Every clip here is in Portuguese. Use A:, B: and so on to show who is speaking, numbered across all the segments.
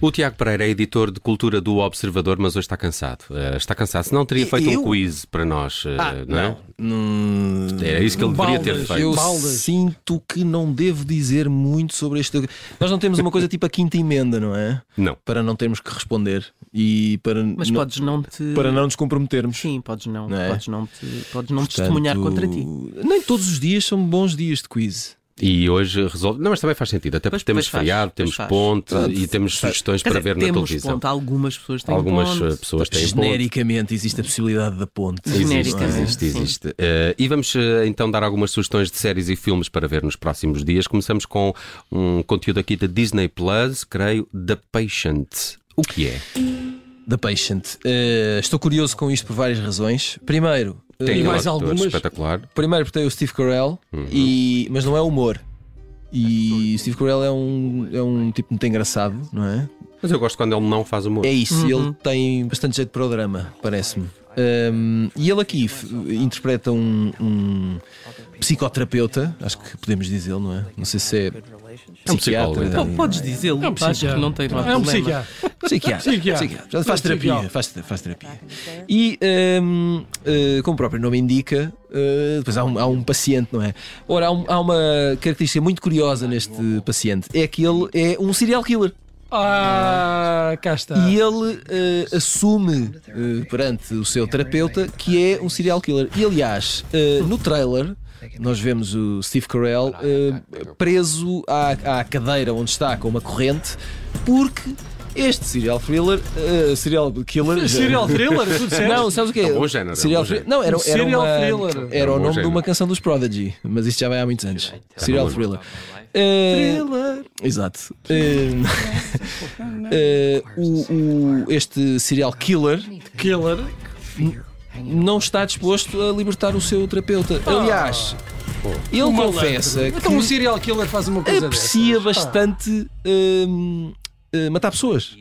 A: O Tiago Pereira é editor de cultura do Observador, mas hoje está cansado. Eh, está cansado, senão teria feito
B: eu?
A: um quiz para nós, eh, não é?
B: Hum,
A: Era isso que ele deveria ter
B: baldas.
A: feito.
B: Eu
C: Ah, Baldas.
B: sinto que não devo dizer muito sobre este. Nós não temos uma coisa tipo a quinta emenda, não é?
A: Não.
B: Para não termos que responder e para,
C: Mas
B: não,
C: podes não te.
B: para não nos comprometermos.
C: Sim, podes não.
B: Não é?
C: Podes não, te, podes não
B: Portanto,
C: testemunhar contra ti.
B: Nem todos os dias são bons dias de quiz.
A: E hoje resolve. Não, mas também faz sentido. Até
C: Pois-
A: porque temos
C: pois faz,
A: feriado,
C: pois
A: temos
C: faz.
A: ponte e temos sugestões
C: Quer
A: para
C: dizer,
A: ver na
C: temos
A: televisão.
C: ponte. Algumas pessoas têm
A: Algumas eh,
C: ponte.
A: pessoas têm ponte.
B: Genericamente existe a possibilidade da ponte. é?
A: Existe,
C: Genericamente,
A: existe,
C: sim.
A: existe. Eh, e vamos eh, então dar algumas sugestões de séries e filmes para ver nos próximos dias. Começamos com um conteúdo aqui da Disney Plus, creio, The Patient. O que é?
B: Da Patient. Eh, estou curioso com isto por várias razões. Primeiro, eh,
A: um
B: e mais
A: ator
B: algumas.
A: espetacular.
B: Primeiro porque tem o Steve Carell,
A: Uhum.
B: e, mas não é humor. E Steve Carell é um, é um tipo muito engraçado, não é?
A: Mas eu gosto quando ele não faz humor.
B: É isso, ele tem bastante jeito para o drama, parece-me. Ahm, e ele aqui f- interpreta um, um psicoterapeuta, acho que podemos dizê-lo, não é? Não sei se é
A: um
B: psiquiatra. é?
A: psicólogo,
C: Não, podes dizê-lo. acho que não tem
D: um É um
C: problema.
D: psiquiatra.
B: Psiquiatra.
D: Psiquiatra.
B: Já Faz
D: Não,
B: terapia.
D: psiquiatra.
B: Faz, faz terapia. E, hum, eh, como o próprio nome indica, eh, depois há um, há um paciente, não é? Ora, há, um- há uma característica muito curiosa neste paciente: é que ele é um serial killer.
D: Ah, cá está.
B: E ele eh, assume eh, perante o seu terapeuta que é um serial killer. E aliás, eh, no trailer. Nós vemos o Steve Carell eh, preso à, à cadeira onde está com uma corrente, porque este serial thriller, eh, serial killer,
D: Serial thriller, tu disseste?
B: não, sabes o que é?
A: É um bom género, é um
B: Serial
A: bom
B: thriller.
A: género.
B: Não, era,
D: Um
B: era,
D: serial
B: uma-
D: thriller.
A: É um
B: era o
A: bom
B: nome de uma
A: género. Tá
B: canção dos Prodigy, mas isto já vai há muitos anos.
A: bom
B: Serial
A: nome.
B: thriller. Eh, Exato. Eh, eh, o- o- este serial killer
D: Killer.
B: não está disposto a libertar o seu terapeuta. Aliás, ele
D: Um Ah. malandro.
B: confessa
D: Então um
B: que
D: serial killer faz uma
A: é,
B: É
D: coisa
B: aprecia
D: dessas.
B: bastante hum, eh, matar pessoas.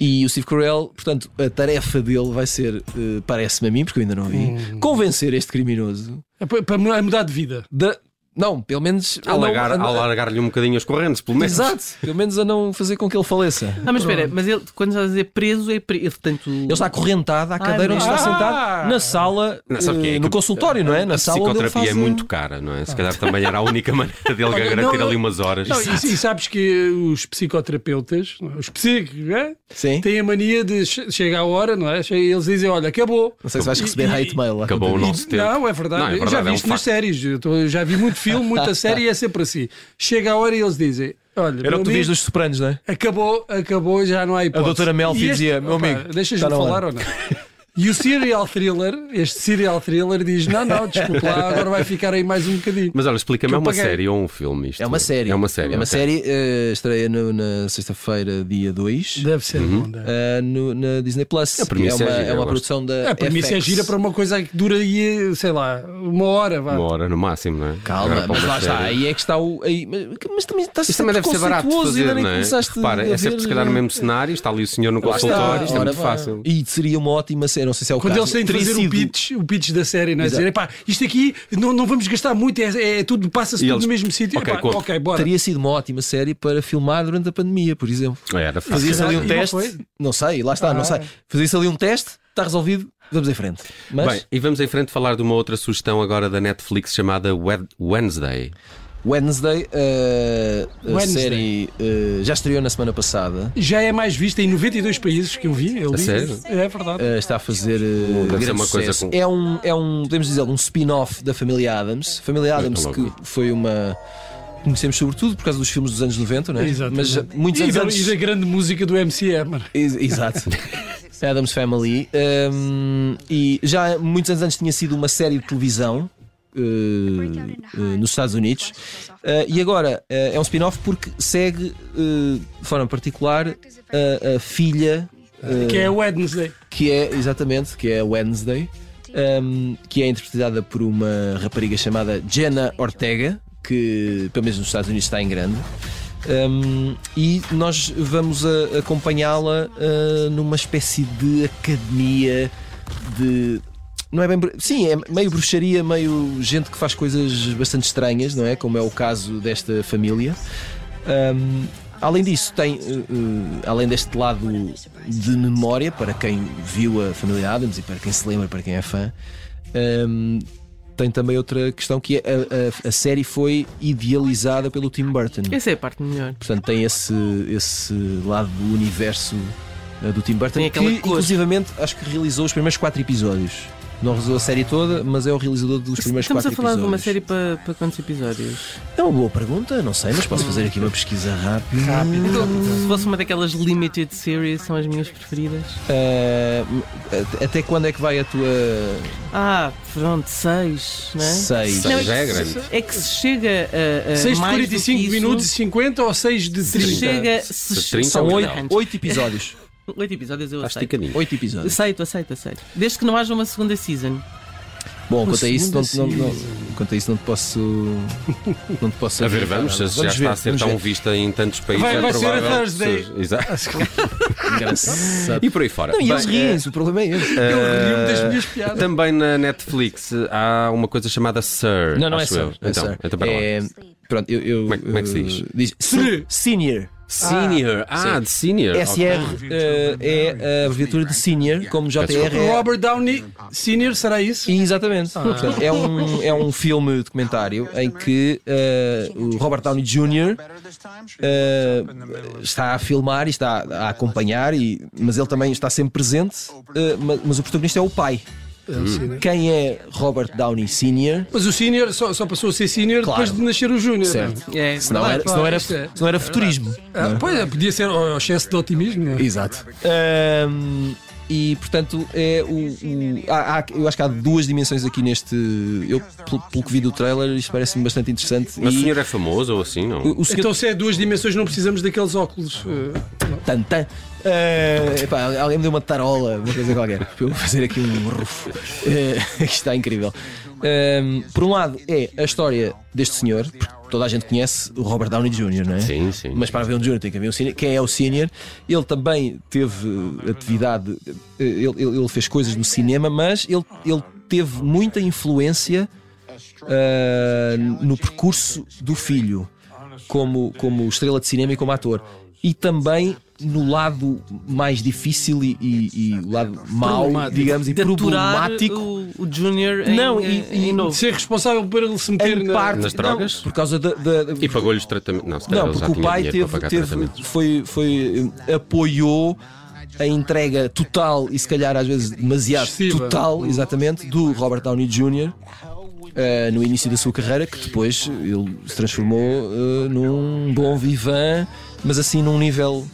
B: E o Steve Carell, portanto, a tarefa dele vai ser, eh, parece-me a mim, porque eu ainda não vi,
A: Hum.
B: convencer este criminoso
D: Ah, é pa- para mu- é mudar de vida.
B: da. Não, pelo menos. a Ah, não-
A: Alargar-
B: a não-
A: Alargar-lhe um bocadinho as correntes, pelo menos.
B: Exato, pelo menos a não fazer com que ele faleça.
C: Ah, mas espera, mas ele, quando estás a dizer preso, é preso. Ele, tanto...
B: Ele está acorrentado à cadeira onde está
D: mesmo?
B: sentado, na sala,
A: Ah! Não, sabe o que é?
B: eh,
A: Que
B: no consultório, não é? Na
A: A
B: sala onde ele
A: psicoterapia
B: faz
A: é
B: um- Ah. a-
A: muito cara, não é? Se calhar também era a única maneira dele garantir ali umas horas.
D: Não, e, e sabes que os psicoterapeutas, não é? os psíquicos, não é?
B: Sim.
D: têm a mania de che- chega a hora, não é? Che- Eles dizem, olha, acabou.
B: Não sei se vais receber
D: E-
B: hate mail lá.
A: Acabou o nosso tempo.
D: Não, é verdade.
A: Não, é
D: Eu já
A: verdade,
D: vi
A: é um
D: isto nas
A: facto.
D: séries. Eu, tô- eu já vi muito filme, muita série e é sempre assim. Chega a hora e eles dizem, olha,
B: Era o
D: meu
B: que tu vias
D: amigo,
B: dos Sopranos, não é?
D: acabou, acabou, já não há hipótese.
B: doutora Melfi
D: E este-
B: dizia, meu
D: opa,
B: amigo,
D: Deixas-me
B: está na
D: falar
B: hora.
D: ou não? E o serial thriller, este serial thriller diz, não, não, desculpa lá, agora vai ficar aí mais um bocadinho.
A: Mas olha, explica-me, é
D: eu
A: uma
D: paguei.
A: série ou um filme isto?
B: É uma série.
A: É uma série.
B: É uma
A: ok.
B: série, eh, estreia no- na sexta-feira, dia 2.
D: Deve ser onda.
B: eh, no- na Disney Plus.
A: A premissa
B: é uma,
A: é gira,
B: uma
A: eu gosto.
B: produção da.
D: A premissa é
B: FX.
D: gira para uma coisa que dura aí, sei lá, uma hora, vá.
A: Uma hora no máximo, não é? Agora
B: Calma,
A: para
B: mas
A: uma
B: lá está. é
A: série.
B: Aí é que está o. Aí, mas, mas também está
A: Isto também deve ser barato de fazer, não é? Repara, é sempre se calhar no
B: mesmo.
A: mesmo cenário, está ali o senhor no
B: né? Lá está,
A: consultório, isto é
B: ora
A: muito
B: bem.
A: fácil.
B: E seria uma ótima série, não sei se é o
D: Quando
B: caso.
D: eles têm de
B: Teria
D: fazer o
B: sido.
D: pitch, o pitch da série, não é? Dizer, epá, isto aqui não, não vamos gastar muito, é, é tudo, passa-se
A: E
D: tudo
A: eles-
D: no mesmo sítio.
A: Ok,
D: Epá,
A: conta.
D: ok, bora.
B: Teria sido uma ótima série para filmar durante a pandemia, por exemplo.
A: Era fácil.
B: Fazia-se ali
D: E
B: um
D: não
B: teste.
D: foi?
B: Não sei, lá
D: Ah.
B: está, não sei. Fazia-se ali um teste, está resolvido, vamos em frente. Mas
A: Bem, e vamos em frente falar de uma outra sugestão agora da Netflix chamada Wed- Wednesday.
B: Wednesday, eh, a
D: Wednesday.
B: série eh, já estreou na semana passada.
D: Já é mais vista em 92 países que eu vi. Eu li.
A: sério?
D: É verdade.
B: eh, está a fazer eh,
A: Hum, Deve ser
B: grande
A: uma coisa
B: sucesso.
A: com-
B: é um é um podemos dizer um spin-off da família Adams família Adams
A: logo
B: que
A: vi.
B: foi uma conhecemos sobretudo por causa dos filmes dos anos 90 não é? mas
D: Exatamente.
B: muitos
D: e,
B: anos
D: da,
B: antes
D: e da grande música do MC Hammer.
B: Ex- Exato. Adam's Family. Um, e já muitos anos antes tinha sido uma série de televisão eh, eh, nos Estados Unidos. Eh, e agora eh, é um spin-off porque segue, eh, de forma particular, a, a filha. eh,
D: Que é o Wednesday.
B: que é, exatamente, que é Wednesday, um, que é interpretada por uma rapariga chamada Jenna Ortega, que pelo menos nos Estados Unidos está em grande. Um, e nós vamos a- acompanhá-la uh, numa espécie de academia de Não é bem. bru- Sim, é meio bruxaria, meio gente que faz coisas bastante estranhas, não é? Como é o caso desta família. Ahm, além disso, tem. eh, eh, além deste lado de memória, para quem viu a família Adams e para quem se lembra, para quem é fã. ahm, tem também outra questão que é a, a- a série foi idealizada pelo Tim Burton.
C: Essa é a parte melhor.
B: Portanto, tem esse, esse lado do universo eh, do Tim Burton
C: Tem
B: que,
C: aquela cor.
B: inclusivamente, acho que realizou os primeiros quatro episódios. Não realizou a série toda, mas é o realizador dos primeiros
C: Estamos a
B: quatro
C: falar de uma
B: episódios.
C: série para, para quantos episódios?
B: É uma boa pergunta, não sei, mas posso fazer aqui uma pesquisa rápida.
C: Se fosse uma daquelas limited series, são as minhas preferidas.
B: Eh, at- até quando é que vai a tua
C: Ah, pronto, seis, não é?
B: seis?
A: Não,
C: é,
A: Já é
C: que
A: grande.
C: se, é que se chega a. a
D: 6
C: Eh, mais
D: de
C: do que
D: 45
C: isso,
D: minutos e 50 ou 6 de 30?
C: Se chega. um Se
A: Se 30
B: São
A: Não,
B: oito,
A: não.
B: oito episódios.
C: Oito episódios eu
A: Estás
C: aceito.
A: ticadinho.
B: Oito episódios.
C: Aceito, aceito, aceito. Desde que não haja uma segunda season.
B: Bom,
D: Uma
B: quanto a isso, não, te- não,
D: segunda
B: não, quanto a isso não te posso. Não te posso
A: A ver,
B: adiantar
A: vamos, se
B: nada.
A: já está
B: ver,
A: a ser
B: vamos
A: tão
B: ver.
A: vista em tantos países.
D: Vai-
A: é
D: vai ser a
A: provável que
D: Thursday.
A: seja- Exato.
D: Ah,
B: Eh, Engraçado.
A: E por aí fora.
B: Não, e eles
A: Bem, eh,
B: riem-se, o problema é esse.
D: Eu rio das minhas piadas.
A: Também na Netflix eh, há uma coisa chamada Sir.
B: Não, não é
A: acho eu.
B: Sir. é
A: Então,
B: Sir.
A: então para lá.
B: É, Pronto, eu. eu
A: Como é- como é que se diz?
B: eh, se- Senior.
A: Senior. Ah, de Senior.
B: SR eh, é a abreviatura de Senior, como JR. é-
D: Robert Downey Sr. será isso?
B: Exatamente. Portanto, é, um, é um filme documentário em que eh, o Robert Downey Jr. eh, está a filmar e está a acompanhar, e, mas ele também está sempre presente. eh, mas, mas o protagonista é o pai. Quem é Robert Downey Sr.?
D: né? Mas o Sr. só, só passou a ser Sr. depois
B: Claro.
D: de nascer o Júnior.
B: Certo.
C: É,
B: Se não
D: Vai,
B: era,
D: pá,
B: se não era,
D: isto é-
B: se não era futurismo.
D: Ah, pois é, podia ser o o excesso de otimismo. não é?
B: Exato. Ehm, e portanto, é o, o- há- há- eu acho que há duas dimensões aqui neste. Eu, pelo, pelo que vi do trailer, isto parece-me bastante interessante.
A: Mas o
B: E
A: senhor é famoso ou assim, não?
B: o, o senhor.
D: Então, se é duas dimensões, não precisamos daqueles óculos. eh, não.
B: Tan, tan. Eh, epá, alguém me deu uma tarola, uma coisa qualquer, para eu fazer aqui um rufo. Eh, isto está incrível. Ehm, por um lado, é a história deste senhor, porque toda a gente conhece o Robert Downey Jr., não é?
A: Sim, sim.
B: Mas para haver um júnior tem que haver um senior. Quem é o senior? Ele também teve eh, atividade, eh, ele, ele- ele fez coisas no cinema, mas ele, ele teve muita influência ah, no percurso do filho, como, como estrela de cinema e como ator. E também no lado mais difícil e, e- e o lado mau,
D: Problemático.
B: digamos, e
C: de aturar
B: problemático.
C: o, o Junior em,
B: Não, e-
C: eh, em
B: e-
C: novo.
D: Ser responsável por ele se meter
B: Em
D: na.
B: parte,
A: Nas
B: não,
A: drogas?
B: por causa da- da-
A: E pagou-lhe os tratamentos. Não, se calhar
B: Não,
A: ele já
B: porque o
A: tinha
B: pai
A: dinheiro
B: teve,
A: para pagar
B: teve- um
A: tratamentos.
B: foi, foi, eh, apoiou a entrega total e se calhar às vezes demasiado
D: Excessiva.
B: total, exatamente, do Robert Downey Jr. eh, no início da sua carreira, que depois ele se transformou eh, num bom vivan, mas assim num nível,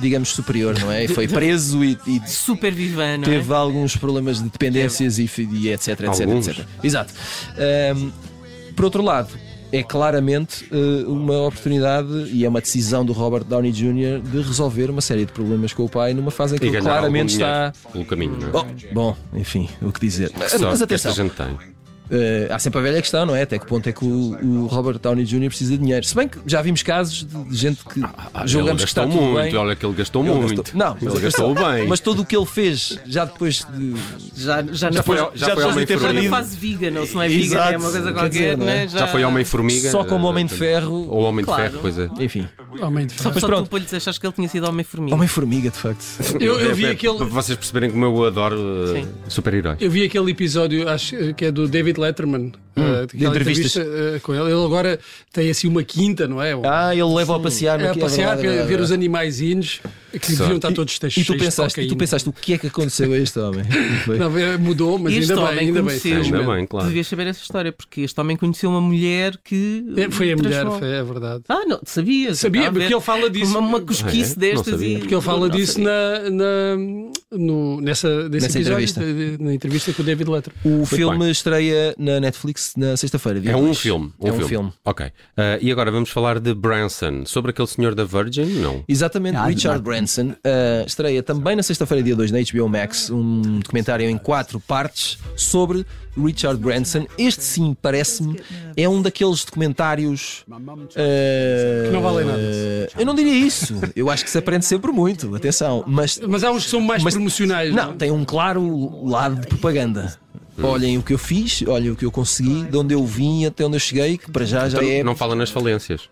B: digamos, superior, não é? E Foi preso e, e
C: Super vivã, não é?
B: teve alguns problemas de dependências e, fi- e etc, etc,
A: Alguns.
B: etc. Exato. Ahm, por outro lado, é claramente eh, uma oportunidade e é uma decisão do Robert Downey Jr. de resolver uma série de problemas com o pai numa fase em que
A: E
B: ele
A: ganhar
B: claramente
A: algum dinheiro
B: está.
A: Pelo caminho, não é?
B: Oh, bom, enfim, o que dizer. Mas,
A: Só
B: mas
A: que
B: atenção,
A: Esta gente tem.
B: eh, há sempre a velha questão, não é? Até que ponto é que o, o Robert Downey Jr. precisa de dinheiro? Se bem que já vimos casos de de gente que
A: Ah, ele
B: julgamos que está
A: gastou
B: tudo
A: muito,
B: bem.
A: olha que ele gastou
B: Ele
A: muito.
B: gastou- Não,
A: ele gastou bem.
B: Mas todo o que ele fez já depois de
C: Já, já, na
A: foi-
C: fase-
A: já foi homem
C: já na
A: ferido.
C: fase vegan, ou se não é vegan,
B: Exato.
C: é uma coisa
B: Quer
C: qualquer,
B: dizer, não é?
C: né?
A: Já foi Homem-Formiga.
B: Só como
A: eh,
B: Homem de Ferro.
A: Ou Homem
C: Claro.
A: de Ferro, pois é.
B: Enfim.
D: Homem Oh, de ferro.
C: Só,
B: Mas
C: só
B: pronto.
C: tu para lhes achaste que ele tinha sido Homem-Formiga.
B: Homem-Formiga, É de facto.
D: Eu, eu vi
A: É, é,
D: aquele.
A: Para vocês perceberem como eu adoro eh,
C: Sim.
A: super-heróis.
D: Eu vi aquele episódio, acho que é do David Letterman, eh,
B: Hum, de
D: daquela
B: entrevistas.
D: entrevista eh, com ele. Ele agora tem assim uma quinta, não é?
B: Ah, ele leva a passear
D: é,
B: no
D: a passear, ver, ver os animaizinhos que
A: Só.
D: deviam estar todos
B: E
D: cheios
B: tu
D: de
B: pensaste, e tu
D: cocaína.
B: pensaste o que é que aconteceu a este homem? Foi.
D: Não, eh, mudou, mas
C: Este
D: ainda bem,
C: homem
D: ainda bem.
C: conheceu-
D: felizmente.
A: Ainda bem, claro.
C: Devias saber essa história, porque este homem conheceu uma mulher que.
D: É, foi a mulher,
C: transformou.
D: foi, é verdade.
C: Ah, não, sabias.
D: Sabia,
C: Está a ver?
D: porque ele fala disso.
C: Uma, uma cosquice
A: Ah, é? Não
C: destas
A: sabia.
C: e.
D: Porque ele
C: Não
D: fala disso
C: sabia.
D: na, na, no, nessa, nesse
B: Nessa
D: episódio,
B: entrevista.
D: de- de- na entrevista com o David Letterman.
B: O filme estreia na Netflix na sexta-feira. dia
A: É um
B: dois.
A: filme.
B: É um filme.
A: Ok. Eh, e agora vamos falar de Branson. Sobre aquele senhor da Virgin? Não.
B: Exatamente, Richard Branson ah, estreia também na sexta-feira, dia 2, na HBO Max, um documentário em quatro partes sobre Richard Branson. Este sim, parece-me, é um daqueles documentários. ah,
D: não valem nada.
B: Eu não diria isso. Eu acho que se aprende sempre muito, atenção. Mas
D: Mas há uns que são mais
B: Mas-
D: promocionais. é?
B: Não, tem um claro lado de propaganda. Olhem o que eu fiz, olhem o que eu consegui, de onde eu vim até onde eu cheguei, que para já já é.
A: Então, Não fala nas falências.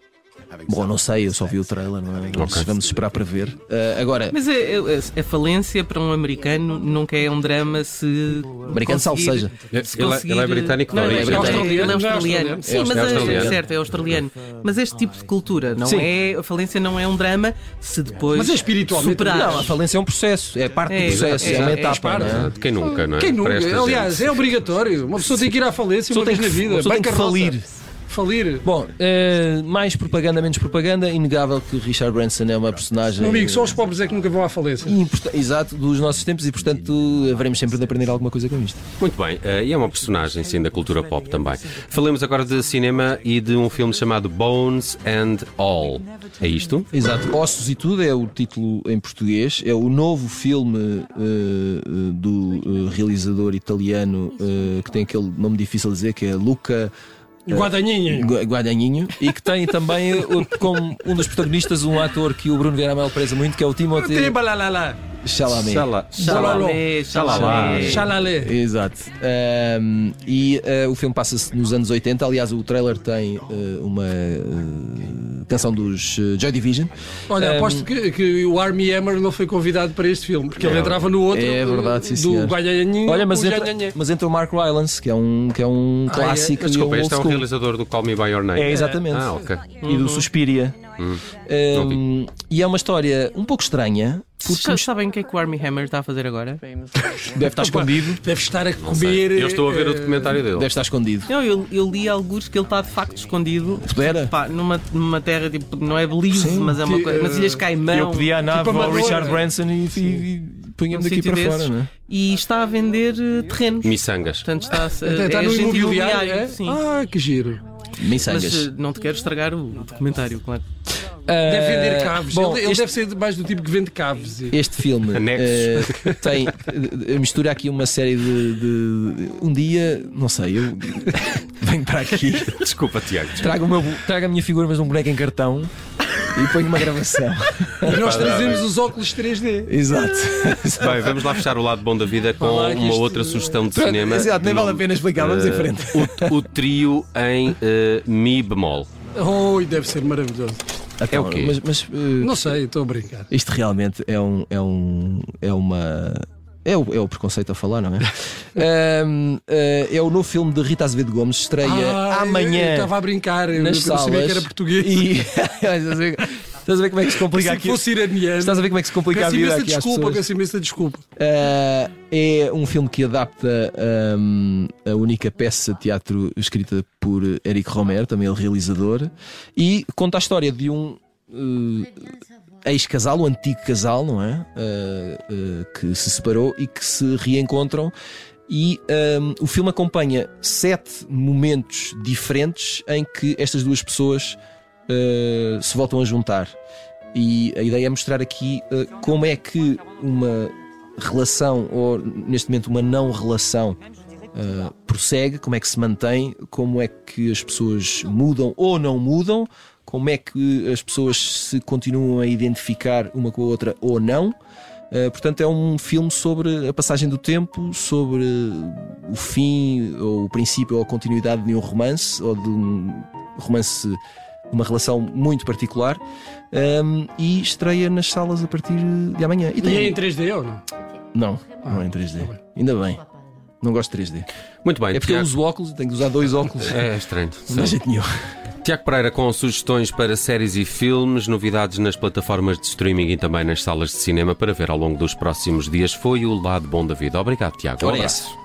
B: Bom, não sei, eu só vi o trailer, não é? Vamos,
A: Ok.
B: vamos esperar para ver. Ah, agora,
C: Mas é, a, a- a falência para um americano nunca é um drama se.
B: Americano, salve
C: conseguir-
B: seja.
C: se
A: Ele,
C: conseguir-
A: ele é britânico,
C: não,
A: não,
C: não,
A: é
C: é
B: britânico.
C: australiano, ele é australiano. Sim, mas é,
A: australiano.
C: certo, é australiano. Mas este tipo de cultura não
B: Sim.
C: é. A falência não é um drama se depois.
D: Mas é espiritualmente-
B: não, a
C: superares.
B: falência é um processo, é parte do
C: É,
B: processo, é,
C: é,
B: uma
C: é,
B: etapa.
C: faz parte.
B: não é?
A: De quem nunca, não é?
D: Quem nunca?
A: Para esta
D: Aliás,
A: gente.
D: é obrigatório. Uma pessoa tem que ir à falência
B: Pessoa
D: uma
B: tem
D: vez
B: que-
D: na
B: uma
D: vida.
B: pessoa tem que
D: Bancarrota.
B: falir.
D: Falir.
B: Bom, eh, mais propaganda, menos propaganda. Inegável que Richard Branson é uma personagem.
D: Não digo, só os pobres é que nunca vão à falência.
B: import- Exato, dos nossos tempos e, portanto, haveremos sempre de aprender alguma coisa com isto.
A: Muito bem, eh, e é uma personagem, sim, da cultura pop também. Falemos agora de cinema e de um filme chamado Bones and All. É isto?
B: Exato. Ossos e Tudo é o título em português. É o novo filme eh, eh, do eh, realizador italiano eh, que tem aquele nome difícil de dizer, que é Luca
D: Guadagnino.
B: Gu- Guadagninho e que tem também eh, o- como um dos protagonistas um ator que o Bruno Vieira Amaral preza muito, que é o Timothée
D: Tribalalala.
B: Chalamet.
A: Xalá.
C: Xalalé, xalalé.
D: Xalalé.
B: Exato. Ahm, e ah, o filme passa-se nos anos 80. Aliás, o trailer tem ah, uma ah, canção dos ah, Joy Division.
D: Olha,
B: Um,
D: aposto que, que o Army Hammer não foi convidado para este filme, porque ele
A: Não.
D: entrava no outro.
B: É verdade, sim,
D: Do
B: senhor.
D: Guadagnino.
B: Olha, mas
D: com o
B: entra,
D: Guadagnino.
B: mas entra o Mark Rylance, que é um, que é um
D: Ah, é.
B: clássico. e
A: Desculpa,
B: um
A: este é um
B: old school.
A: realizador do Call Me By Your Name.
B: É, exatamente.
A: Ah, ok.
B: E do Suspiria.
A: Não vi.
B: Ahm, e é uma história um pouco estranha, porque
C: Sa- Sabem o que é que o Army Hammer está a fazer agora?
B: deve estar escondido.
D: Deve estar a
A: Não sei.
D: comer.
A: Eu estou
B: é,
A: a ver o
D: eh,
A: documentário dele.
B: Deve estar escondido.
C: Não, eu, eu li alguns que ele está de facto escondido
B: Pudera?
C: pá, numa, numa terra tipo, não é Belize,
B: Sim.
C: mas é uma
D: Que,
C: coisa. Nas
D: eh,
C: Ilhas
E: E eu
C: Caimão.
E: pedi à nave
D: Tipo
E: ao
D: amador.
E: Richard Branson e,
B: E,
E: e,
B: e punha-me
C: Um
B: daqui
C: sítio
B: para
C: desses.
B: fora, não é?
C: E está a vender eh, terrenos.
A: Missangas.
C: Portanto, está a ser.
D: Então, Está
C: é
D: no
C: agente
D: imobiliário. é?
C: sim.
D: Ah, que giro.
C: Mas
B: Missangas.
C: eh, não te quero estragar o documentário, claro.
D: Deve vender
B: Ah,
D: cavos.
B: Bom,
D: ele ele
B: este-
D: deve ser mais do tipo que vende cavos. e-
B: Este filme
A: Anexos.
B: eh, tem eh, mistura aqui uma série de, de- um dia, não sei, eu venho para aqui,
A: Desculpa, Tiago.
B: trago, o meu, trago a minha figura, mas um boneco em cartão e ponho uma gravação.
D: E nós trazemos os óculos 3D.
B: Exato.
A: Bem, vamos lá fechar o lado bom da vida com
D: Vá lá, que
A: uma
D: isto-
A: outra sugestão de cinema.
B: Exato, nem vale a pena explicar, vamos em
A: Eh,
B: frente.
A: O, o trio em eh, Mi bemol.
D: Oi, deve ser maravilhoso.
A: É o quê?
B: Mas, mas, eh,
D: Não sei, estou a brincar.
B: isto realmente é um é um é uma é o, é o preconceito a falar, não é? Ahm, eh, é o novo filme de Rita Azevedo Gomes, estreia
D: Ah, eu- eu
B: é, amanhã.
D: Estava a brincar, eu
B: nas
D: não
B: salas.
D: sabia que era português.
B: E... estás, a ver, estás a ver como é que se complica
D: Se
B: aqui?
D: fosse iraniano.
B: Estás a ver como é que se complica a
D: Peço
B: vida
D: imensa
B: aqui às
D: desculpa,
B: pessoas?
D: peço imensa desculpa.
B: Ah, é um filme que adapta hum, a única peça de teatro escrita por Eric Romer, também ele realizador, e conta a história de um uh, ex-casal, um antigo casal, não é? Uh, uh, que se separou e que se reencontram. E hum, o filme acompanha sete momentos diferentes em que estas duas pessoas uh, se voltam a juntar. E a ideia é mostrar aqui uh, como é que uma relação, ou neste momento uma não relação, uh, prossegue, como é que se mantém, como é que as pessoas mudam ou não mudam, como é que as pessoas se continuam a identificar uma com a outra ou não. Uh, portanto, é um filme sobre a passagem do tempo, sobre o fim, ou o princípio, ou a continuidade de um romance, ou de um romance, uma relação muito particular, um, e estreia nas salas a partir de amanhã. E
D: E
B: tem-
D: é em 3D ou não?
B: não, não é em 3D. Ainda bem. Não gosto de 3D.
A: Muito bem,
B: É porque eu
A: Tiago.
B: uso óculos e tenho que usar dois óculos.
A: É estranho.
B: Não dá jeito nenhum.
A: Tiago Pereira com sugestões para séries e filmes, novidades nas plataformas de streaming e também nas salas de cinema para ver ao longo dos próximos dias. Foi o Lado Bom da Vida. Obrigado, Tiago. Um
B: Ora,
A: abraço.
B: essa.